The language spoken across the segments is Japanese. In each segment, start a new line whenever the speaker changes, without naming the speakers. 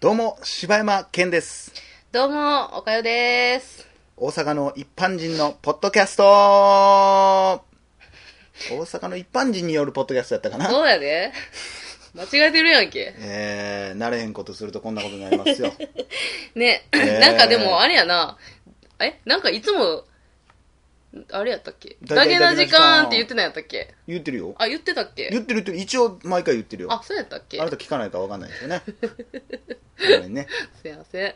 どうも、柴山健です。
どうも、おか よです。
大阪の一般人のポッドキャスト大阪の一般人によるポッドキャストやったかな
そうやね。間違えてるやんけ。
えー、慣れへんことするとこんなことになります よ。
ね、
ね
なんかでも、あれやな。え、なんかいつも、あれやったっけ
だ
だ
いたい
けな時間って言ってないやったっけ
言ってるよ。
あ、言ってたっけ
言ってる言ってる。一応、毎回言ってるよ。
あ
あ、
そうやったっけ
なた聞かないからわかんないです よね。ごめんね。
すいません。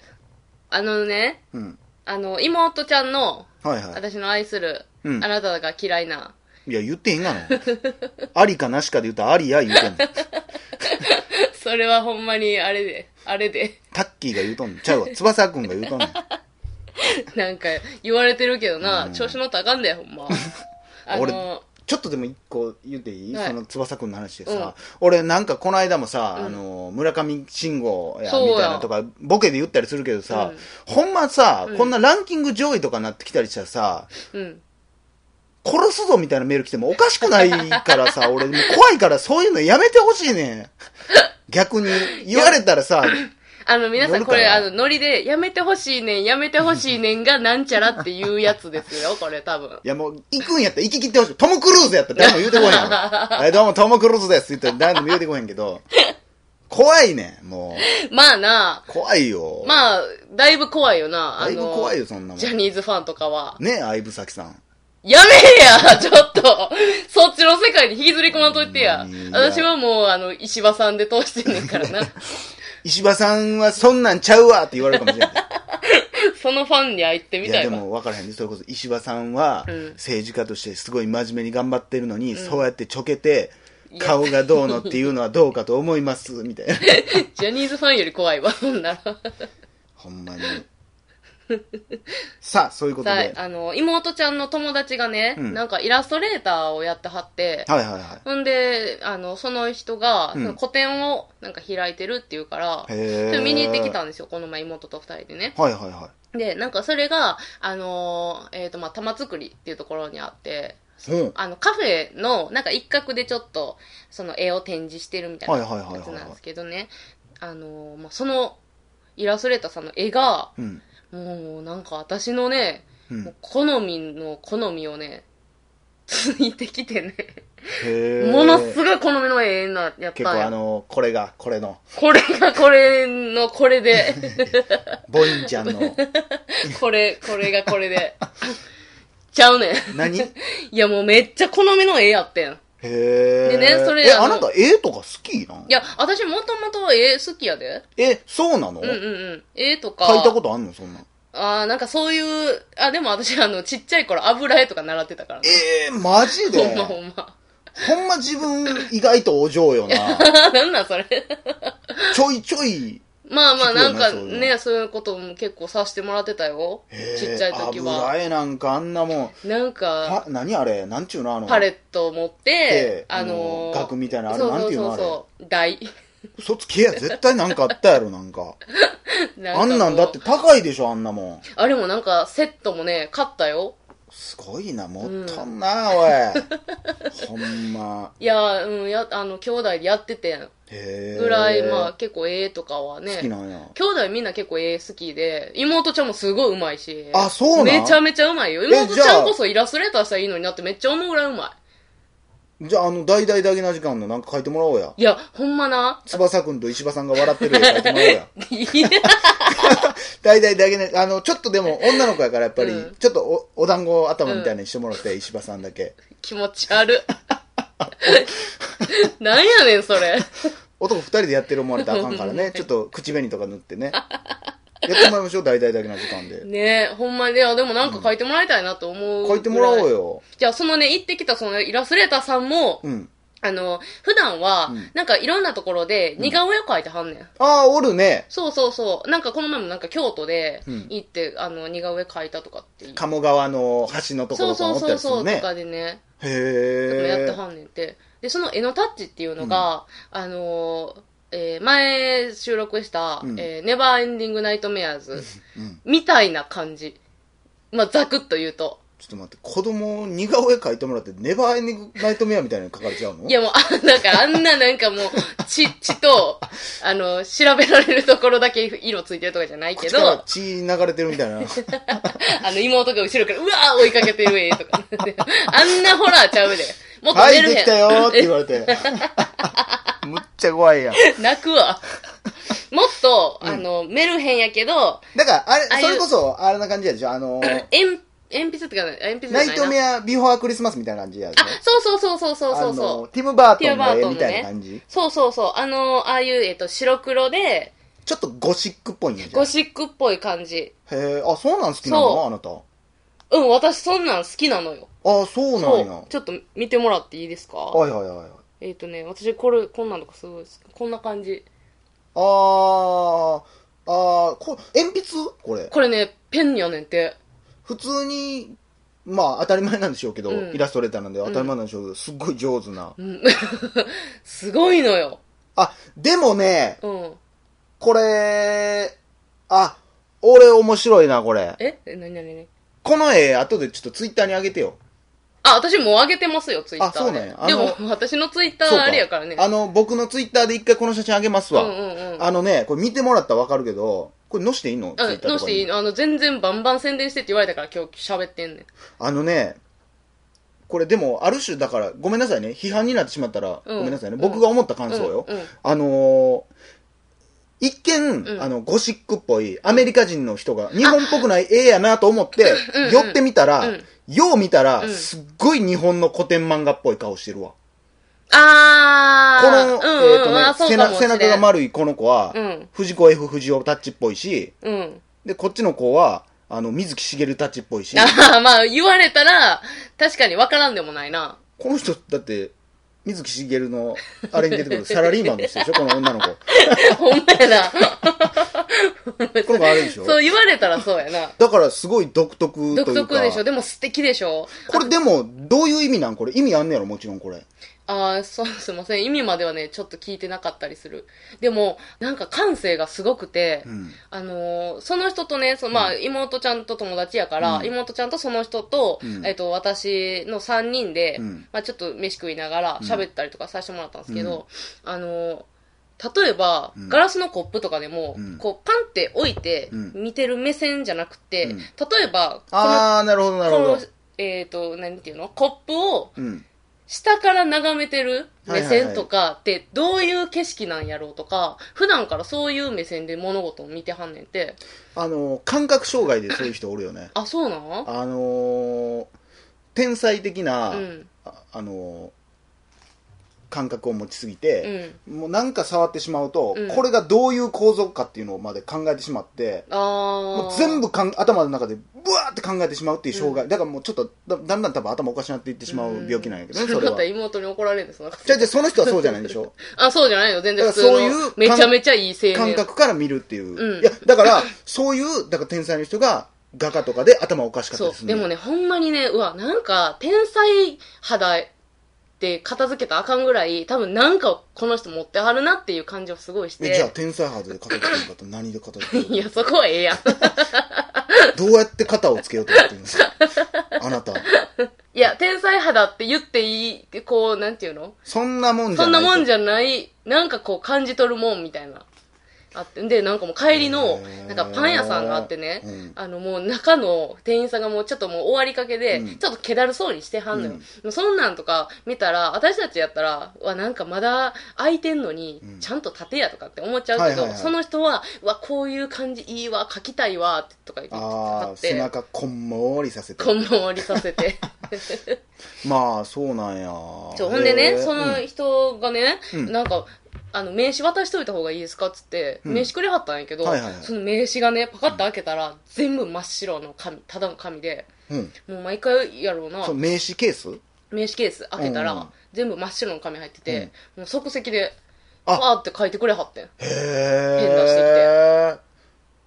あのね、
うん。
あの、妹ちゃんの、
はいはい。
私の愛する、
うん
あなたが嫌いな、
いや、言ってへんがな。ありかなしかで言ったらありや言うてんの。
それはほんまにあれで、あれで、
タッキーが言うとんの。ちゃうわ。翼くんが言うとんねん。
なんか言われてるけどな、
うん
調子乗ったらあかんだよ、ほ んま。あ
俺
の、
ちょっとでも一個言っていい、
はい
その翼くんの話でさ、
うん
俺なんかこの間もさ、
うん
あの村上信五や
そう
み
や
たいなとかボケで言ったりするけどさ、
うん
ほんまさ、
うん
こんなランキング上位とかなってきたりしたらさ
うん。
殺すぞみたいなメール来てもおかしくないから さ俺もう怖いからそういうのやめてほしいねん逆に言われたら さ
あの、皆さ
乗る
ん、
か
こ
ら
れ、あの、ノリで、やめてほしいねん、やめてほしいねんが、なんちゃらっていうやつですよ、こ れ、多分。
いやもう行くんやったら行き切ってほしいトム・クルーズやったら誰も言うてこへんやろ はいどうもトム・クルーズですって言ったら誰も言うてこへんけど怖いねんもう
まあな、
怖いよ
まあ、だいぶ怖いよな、
だ
あ
いぶ
の、
怖いよ、そんなもん。
ジャ
ね
ニーズファンとかは。
え、相武咲さん。
やめへや、ち ょっとそっちの世界に引きずり込まんといてや
ほんまに。
私はもう、あの、石破さんで通してんねんから な。
石破さんはそんなんちゃうわって言われるかもしれない。
そのファンに会って
い
み
や、
た
で
いわ。
も分からへんで、それこそ石破さんは
うん
政治家としてすごい真面目に頑張ってるのに、そうやってちょけて、顔がどうのっていうのはどうかと思います、み たいな。
ジャニーズファンより怖いわ、そんなら。
ほんまに。さあ、そういうことで。
さ
はい
あ、あの、妹ちゃんの友達がね、
うん
なんかイラストレーターをやってはって、
はいは
ほんで、あの、その人が、
う
そ
ん
の個展をなんか開いてるっていうから、
い。へ
ちょ
え。
っと見に行ってきたんですよ、この前妹と二人でね。
はいはいは
で、なんかそれが、あのーえっ、と、まあ、玉作りっていうところにあって、
い。うん。
あの、カフェの、なんか一角でちょっと、その絵を展示してるみたいな
はいはいはいはいはい
やつなんですけどね。あのーまあ、その、イラストレーターさんの絵が、
うん。
もうなんか私のね、
う
も
ん
う、好みの好みをね、 ついてきてね。
へえ。
ものすごい好みの絵になやったん
結構あ
や
の、これが、これの、
これがこれのこれで
ボインちゃんの、
これこれがこれでちゃうねん
何へ
いやもうめっちゃ好みの絵やってんい
え。
でねそれ
え、
あの
あなた絵とか好きなん
や私もともと絵好きやで
え、そうなの、
うんうんうん絵とか
書いたことあんのそんなん。
あーなんかそういうあでも私あのちっちゃい頃油絵とか習ってたからね
えー、マジで
ほんまほんま
ほんま自分意外とお嬢よな。
なんなんそれ
ちょいちょい。
まあまあなん
聞
か
くよねそういうの
ねそういうことも結構させてもらってたよ
えー
ちっちゃい時は
油絵なんかあんなもん。
なんか
は、何あれなんちゅうのあの。
パレットを持って
で、
あのー、
額みたいなあれ
そう
なん
そ
て
う
いうの
そうそう、台。
嘘つけや。絶対なんかあったやろ、なん か。
な
あんなんだって。高いでしょ、あんなもん。
あれもなんか、セットもね、買ったよ。
すごいな、もったんな、 おい。ほんま。
いや、うん、や、あの、兄弟でやっててん。
へえ。
ぐらい、まあ、結構絵とかはね。
好きなんや。
兄弟みんな結構絵好きで、妹ちゃんもすごい上手いし。
あそうなん
めちゃめちゃ上手いよ。
えじゃあ
妹ちゃんこそイラストレーターしたらいいのになってめっちゃ思うぐらいうま
じゃあ、あの、大々だけな時間のなんか書いてもらおうや。
い。いや、ほんまな。
翼くんと石破さんが笑ってる絵 書いてもらおうや。
いや
大体だけね、あの、ちょっとでも女の子やからやっぱり、
うん
ちょっとおお団子頭みたいにしてもらって、石破さんだけ。
気持ち悪 い。なんやねん、それ。
男二人でやってる思われたらあかんからね、ちょっと口紅とか塗ってね。やってもらいましょう、大々だけの時間で。
ねえ、ほんまに、いや、でもなんか書いてもらいたいなと思う、
書いてもらおう。よ。
じゃあ、そのね、行ってきたそのイラストレーターさんも、
うん。
あの、普段は、なんかいろんなところで似顔絵を描いてはんねん。
ああ、おるね。
そうそうそう。なんかこの前もなんか京都で
うん
行って、あの、似顔絵描いたとかって言う。
鴨川の橋のとこ
そ
ろ
う
とか思った
そうそう
りする
そう、と
ね。
かでね、とかや
へ
って
え。
はんねんって。で、その絵のタッチっていうのが、あのー、えー前収録した、
うん
えーネバーエンディングナイトメアーズ
うん。
みたいな感じ。まあ、ざくっと言うと。
ちょっと待って、子供似顔絵描いてもらって、ネバーエンディングナイトメアみたいなのに描かれちゃうの
いやもう、あなんかあんななんかもう、血、血と、あの、調べられるところだけ色ついてるとかじゃないけ
口
ど、
から
あ
血流れてるみたいな。
の、妹が後ろから、うわー追いかけてるえとか。あんなホラーちゃうで。もっと
は
出
い、
る
で
へ
き
ん。
たよーって言われ て。むっちゃ怖いやん。
泣くわ。もっと、
うん
あの、メルヘンやけど、
だから、あれ、
ああいう
それこそ、あれな感じやでしょあのー、
鉛鉛筆とか、鉛筆じ
ナ
ゃない
イ
な。
トメアビフォークリスマスみたいな感じやでしょ
あ、そうそうそうそうそうそう
あ
そ
の
う。
ティム・バート
ティ
ン
ムバ
の
ー
絵
トンのね
みたいな感じ、
そうそうそう。あの、ああいう、えっと、白黒で、
ちょっとゴシックっぽいんやじゃん
ゴシックっぽい感じ。
へえあそうなん好きなの
そう
あなたあ
うん、私そんなん好きなのよ。
そうなんや
そう。ちょっと見てもらっていいですか
はいはいはいはい
えっ、とね、私これ、こんなのがすごい好きこんな感じ。
あーあーこ鉛筆これ
これね、ペンやねんて。
普通にまあ当たり前なんでしょうけど、
うん
イラストレーターなんで当たり前なんでしょうけど、すっごい上手な
うん すごいのよ。
あでもね
うん。
これあ俺面白いなこれ
ええなになになに
この絵後でちょっとツイッターに上げてよ
あ、私もう上げてますよ、ツイッタ
あそ
ーで。
うなんやあ
で
の
も、私のツイッタ
そう
ーあれやからね。
あの僕のツイッターで一回この写真あげます
うん
わ、
うんうん。
あのね、これ見てもらったらわかるけど、これ載していいの
あ
Twitter とかに
のしていいのあの、全然バンバン宣伝してって言われたから今日喋ってんねん。
あのね、これでも、ある種だから、ごめんなさいね、批判になってしまったら、
うん
ごめんなさいね、
うん
僕が思った感想よ。
うんうん
あのー一見、
うん
あの、ゴシックっぽい、アメリカ人の人が、日本っぽくない絵やなと思って、
うんうん
寄ってみたら、
うん
よう見たら、
うん
すっごい日本の古典漫画っぽい顔してるわ。
あ
この、
ーうん
えっ、
うん、
とね、
あ、そう
背
かも
中
しれ
背
ん
中が丸いこの子は、
うん
藤子 F 不二雄タッチっぽいし、
うん。
で、こっちの子は、あの、水木しげるたちっぽいし、
ああ、まあ、言われたら、確かにわからんでもないな。
この人、だって、水木しげるの、あれに出てくるサラリーマンの人でしょこの女の子。こ
ほんまやな。
の子あれでしょ
そう言われたらそうやな。
だから、すごい独特というか。
独特でしょでも素敵でしょ
これでも、どういう意味なんこれ。意味あんねやろもちろんこれ。
ああ、そう、すいません。意味まではね、ちょっと聞いてなかったりする。でも、なんか感性がすごくて、
うん。
あのーその人とね、そのまあ、妹ちゃんと友達やから、
うん
妹ちゃんとその人と、
うん
えっと、私の3人で、
うん
まあ、ちょっと飯食いながら喋ったりとかさせてもらったんですけど、あのー例えば、
うん
ガラスのコップとかでも、
うん
こう、パンって置いて
うん、
見てる目線じゃなくて、
うん
例えば、この、
あー、なるほど、なるほ
この
ど。、
えっ、と、何ていうのコップを、
うん。
下から眺めてる目
はいはいはい
線とかってどういう景色なんやろうとか、普段からそういう目線で物事を見てはんねんて、
あの、感覚障害でそういう人おるよね。
あ、そうなん
あのー、天才的な、
うん。
ああのー、感覚を持ちすぎ
う
て、
ん。
もうなんか触ってしまうと、
うん
これがどういう構造かっていうのまで考えてしまって、
あー
もう全部かん頭の中でブワーって考えてしまうっていう障害、だからもうちょっとだだんだん多分頭おかしなっていってしまう病気なんやけどね、
そ
そ
れ
れは
また妹に怒られるんですよなんか
じゃあじゃあその人はそうじゃないんでしょ
あ、そうじゃないよ。全然
だ
普
から
通の。
そういう
めちゃめちゃいい青年。
感覚から見るっていう、
うん
いやだからそういうだから天才の人が画家とかで頭おかしかった
そ
りす
う。
る
でもね、ほんまにね、うわ、なんか、天才肌って片付けたらあかんぐらい、多分なんかこの人持ってはるなっていう感じはすごいし
えじゃあ
て。
天才肌で肩つけるかと何で肩つける
いや、そこはええやん。
どうやって肩をつけようと思ってるんですかあなた
いや、天才肌って言っていい、こう、なんていうの
そんなもんじゃ
そんなもん
じ
じゃない、なんかこう感じ取るもんみたいな。あって、で、なんかもう帰りの
へー、
なんかパン屋さんがあってね、
うん
あのもう中の店員さんがもうちょっともう終わりかけで、
うん
ちょっと気だるそうにしてはんのよ。
うん
でもそんなんとか見たら、私たちやったら、うわ、なんかまだ空いてんのに、
うん
ちゃんと立てやとかって思っちゃうけど、
はいはいはい
その人は、うわ、こういう感じいいわ、書きたいわ、とか言って
あ
貼
あ
っ
背
て、
中こんもりさせて
こんもりさせて。
まあそうなんや
そうほんで
へ
ね、
ー
その人がね、
うん
なんか、あの、名刺渡しといた方がいいですかっつって、
うん
名刺くれはったんやけど、
はいはいはい
その名刺がね、パカッと開けたら、全部真っ白の紙、ただの紙で、
うんうん
もう毎回やろうな
そ、の名刺ケース
名刺ケース開けたら、
うんうん
全部真っ白の紙入ってて、
うん
もう即席で、
あ
わーって書いてくれはってん。
へ
変なして
え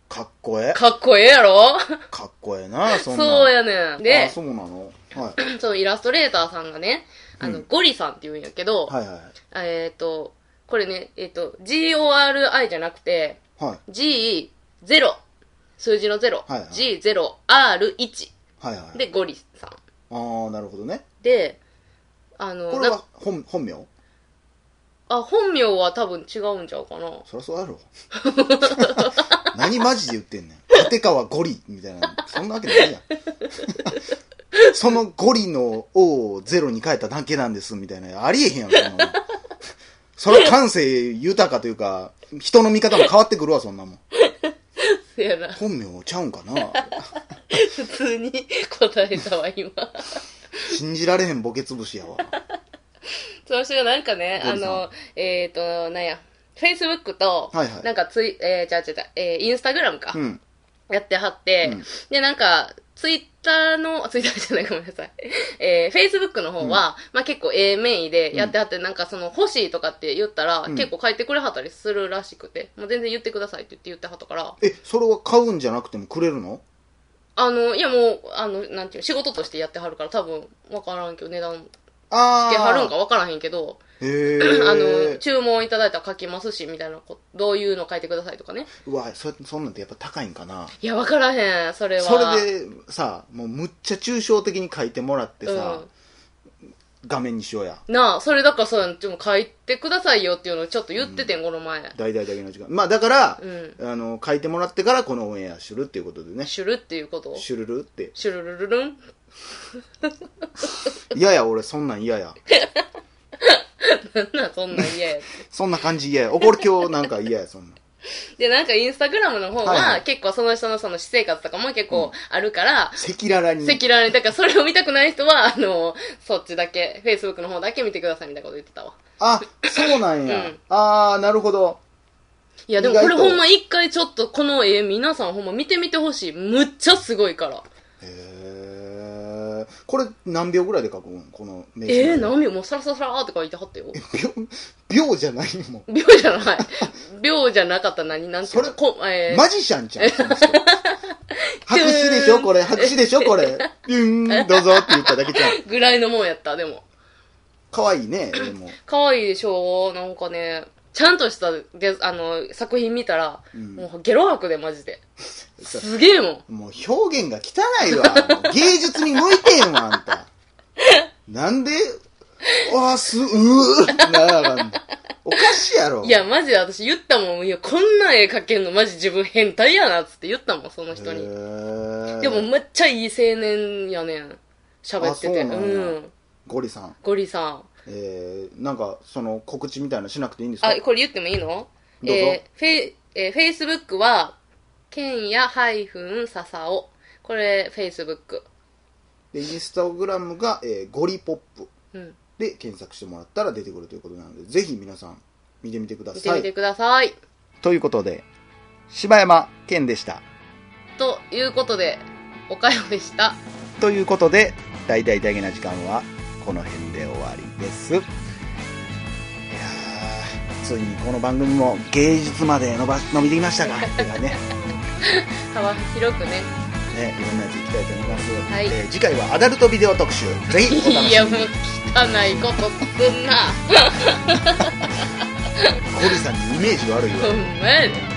かっこええ
かっこええやろ
かっこええなそんなん
そうやねん。
あ
で、
そうなの、はい、
そのイラストレーターさんがね、あの、
うん
ゴリさんって言うんやけど、
はいはい
えっ、と、これね、えっ、と、GORI じゃなくて、
はい
G0 数字の0、
はいはい
G0R1
はいはいはい。
で、ゴリさん。
ああ、なるほどね。
で、あの、
これ
なんか
は本本名
あ、本名は多分違うんちゃうかな。
そりゃそうだ ろ う。何マジで言ってんねん。立川ゴリみたいな、そんなわけないやん。 そのゴリの「O」をゼロに変えただけなんですみたいな、ありえへんやんそんなもん。それは感性豊かというか、人の見方も変わってくるわ、そんなもん。
せやな。
本名ちゃうんかな
普通に答えたわ、 今。
信じられへんボケつぶしやわ。
そしてなんかね、
ゴ
あ
リさん
の、えっ、と、なんや、Facebook と、
はいはい
なんかツイ、えー、ちゃうちゃうちゃう、えー、Instagram か、
うん。
やってはって、
うん
で、なんか、ツイッターの、ツイッターじゃない、ごめんなさい。 えー、Facebook の方は、まあ結構ええ名義でやってはって、なんかその欲しいとかって言ったら、
うん
結構書いてくれはったりするらしくて、もう全然言ってくださいって言って言ってはったから、
え、それは買うんじゃなくてもくれるの
あの、いやもう、あの、なんていうの仕事としてやってはるから多分わからんけど、値段
ああ。
つけはるんかわからへんけど、
へー
あの、注文いただいたら書きますし、みたいなこどういうの書いてくださいとかね。
うわそそんなんってやっぱ高いんかない
や、わからへん、それは。
それでさもうむっちゃ抽象的に書いてもらってさ、画面にしようや
うん。なあ、それだからそう、でも書いてくださいよっていうのをちょっと言っててん、この前。
大々だけの時間まあだから
う、ん。
あの書いてもらってからこのオンエアするっていうことでね
シュルっていうこと
シュルルって
シュルルルルン
嫌や俺そんなん嫌や
なんなんそんなん嫌やって。
そんな感じ嫌や怒る今日なんか嫌やそんなん
で、なんかインスタグラムの方
はいは、
はい結構その人のその私生活とかも結構あるから、
赤裸々に
赤裸々に、だからそれを見たくない人は、あの、そっちだけ、Facebook の方だけ見てくださいみたいなこと言ってたわ。
あそうなんや、
うん
ああなるほど
いや、でもこ
意
れ
外と
ほんま一回ちょっとこの絵皆さんほんま見てみてほしい。むっちゃすごいから。
へえこれ何秒ぐらいで書くんこの名
えー、
な
何秒もうサラサラサラーって書いてはったよ。
秒秒じゃないもん
秒じゃない。秒じゃなかった何なんていうの
それ
こ、えー、
マジシャンじゃん、その 人白紙でしょこれ、白紙でしょこれ。ビューン、どうぞって言っただけじゃん。
ぐらいのもんやった、でも。
可愛い ね、でも。
可愛いでしょなんかね、ちゃんとしたであの作品見たら、
うん
もうゲロ吐くで、マジで。すげえもん。
もう表現が汚いわ。芸術に向いてんわ、あんた。なんで、あーす、うーってならなあかんのおかしいやろ。
いや、マジで私言ったもん。いや、こんな絵描けんのマジ自分変態やな、つって言ったもん、その人
へ
に。
ー
でも、めっちゃいい青年やねん。喋ってて。
あそうなんや
うん。
ゴリさん、
ゴリさん。
えー、なんか、その、告知みたいなのしなくていいんですか
あ、これ言ってもいいの
どうぞ
えーフェイえー、Facebook は、けんやハイフンささお。これ、Facebook。
で、インスタグラムが、えーゴリポップ
うん。
で検索してもらったら出てくるということなので、ぜひ皆さん、見てみてくだ
見て
さ
み
い
て。ください。
ということで、柴山健でした。
ということで、おかよでした。
ということで、大々大げな時間はこの辺で終わりです。いやーついにこの番組も芸術まで伸ば伸びてきま したか。てかね、ね、
幅広くね。
いろんなやついきたいと思います。
はい
えー次回はアダルトビデオ特集。ぜひお楽
い
し
や、
み
もう
に。
汚いことすんな。
ゴリさんにイメージ悪い
ほ
わ。
んまやで。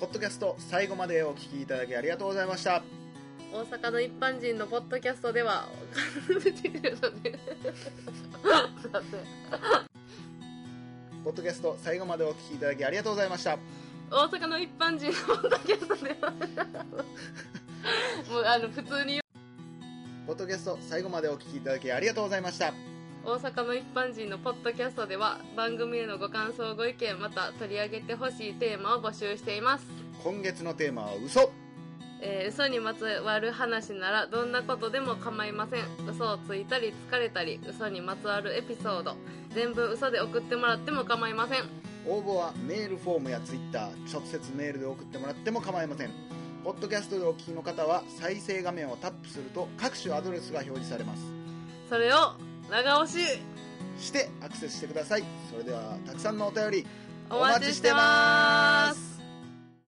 ポッドキャスト最後までお聞きいただきありがとうございました。
大阪の一般人のポッドキャストでは、
ポッドキャスト最後までお聞きいただきありがとうございました。
大阪の一般人のポッドキャストでは、もうあの、普通に
ポッドキャスト最後までお聞きいただきありがとうございました。
大阪の一般人のポッドキャストでは、番組へのご感想、ご意見、また取り上げてほしいテーマを募集しています。
今月のテーマは嘘。
えー嘘にまつわる話ならどんなことでも構いません嘘をついたり疲れたり嘘にまつわるエピソード全部嘘で送ってもらっても構いません
応募はメールフォームやツイッター直接メールで送ってもらっても構いませんポッドキャストでお聞きの方は再生画面をタップすると各種アドレスが表示されます
それを長押し
してアクセスしてくださいそれではたくさんのお便り
おお待ちしてます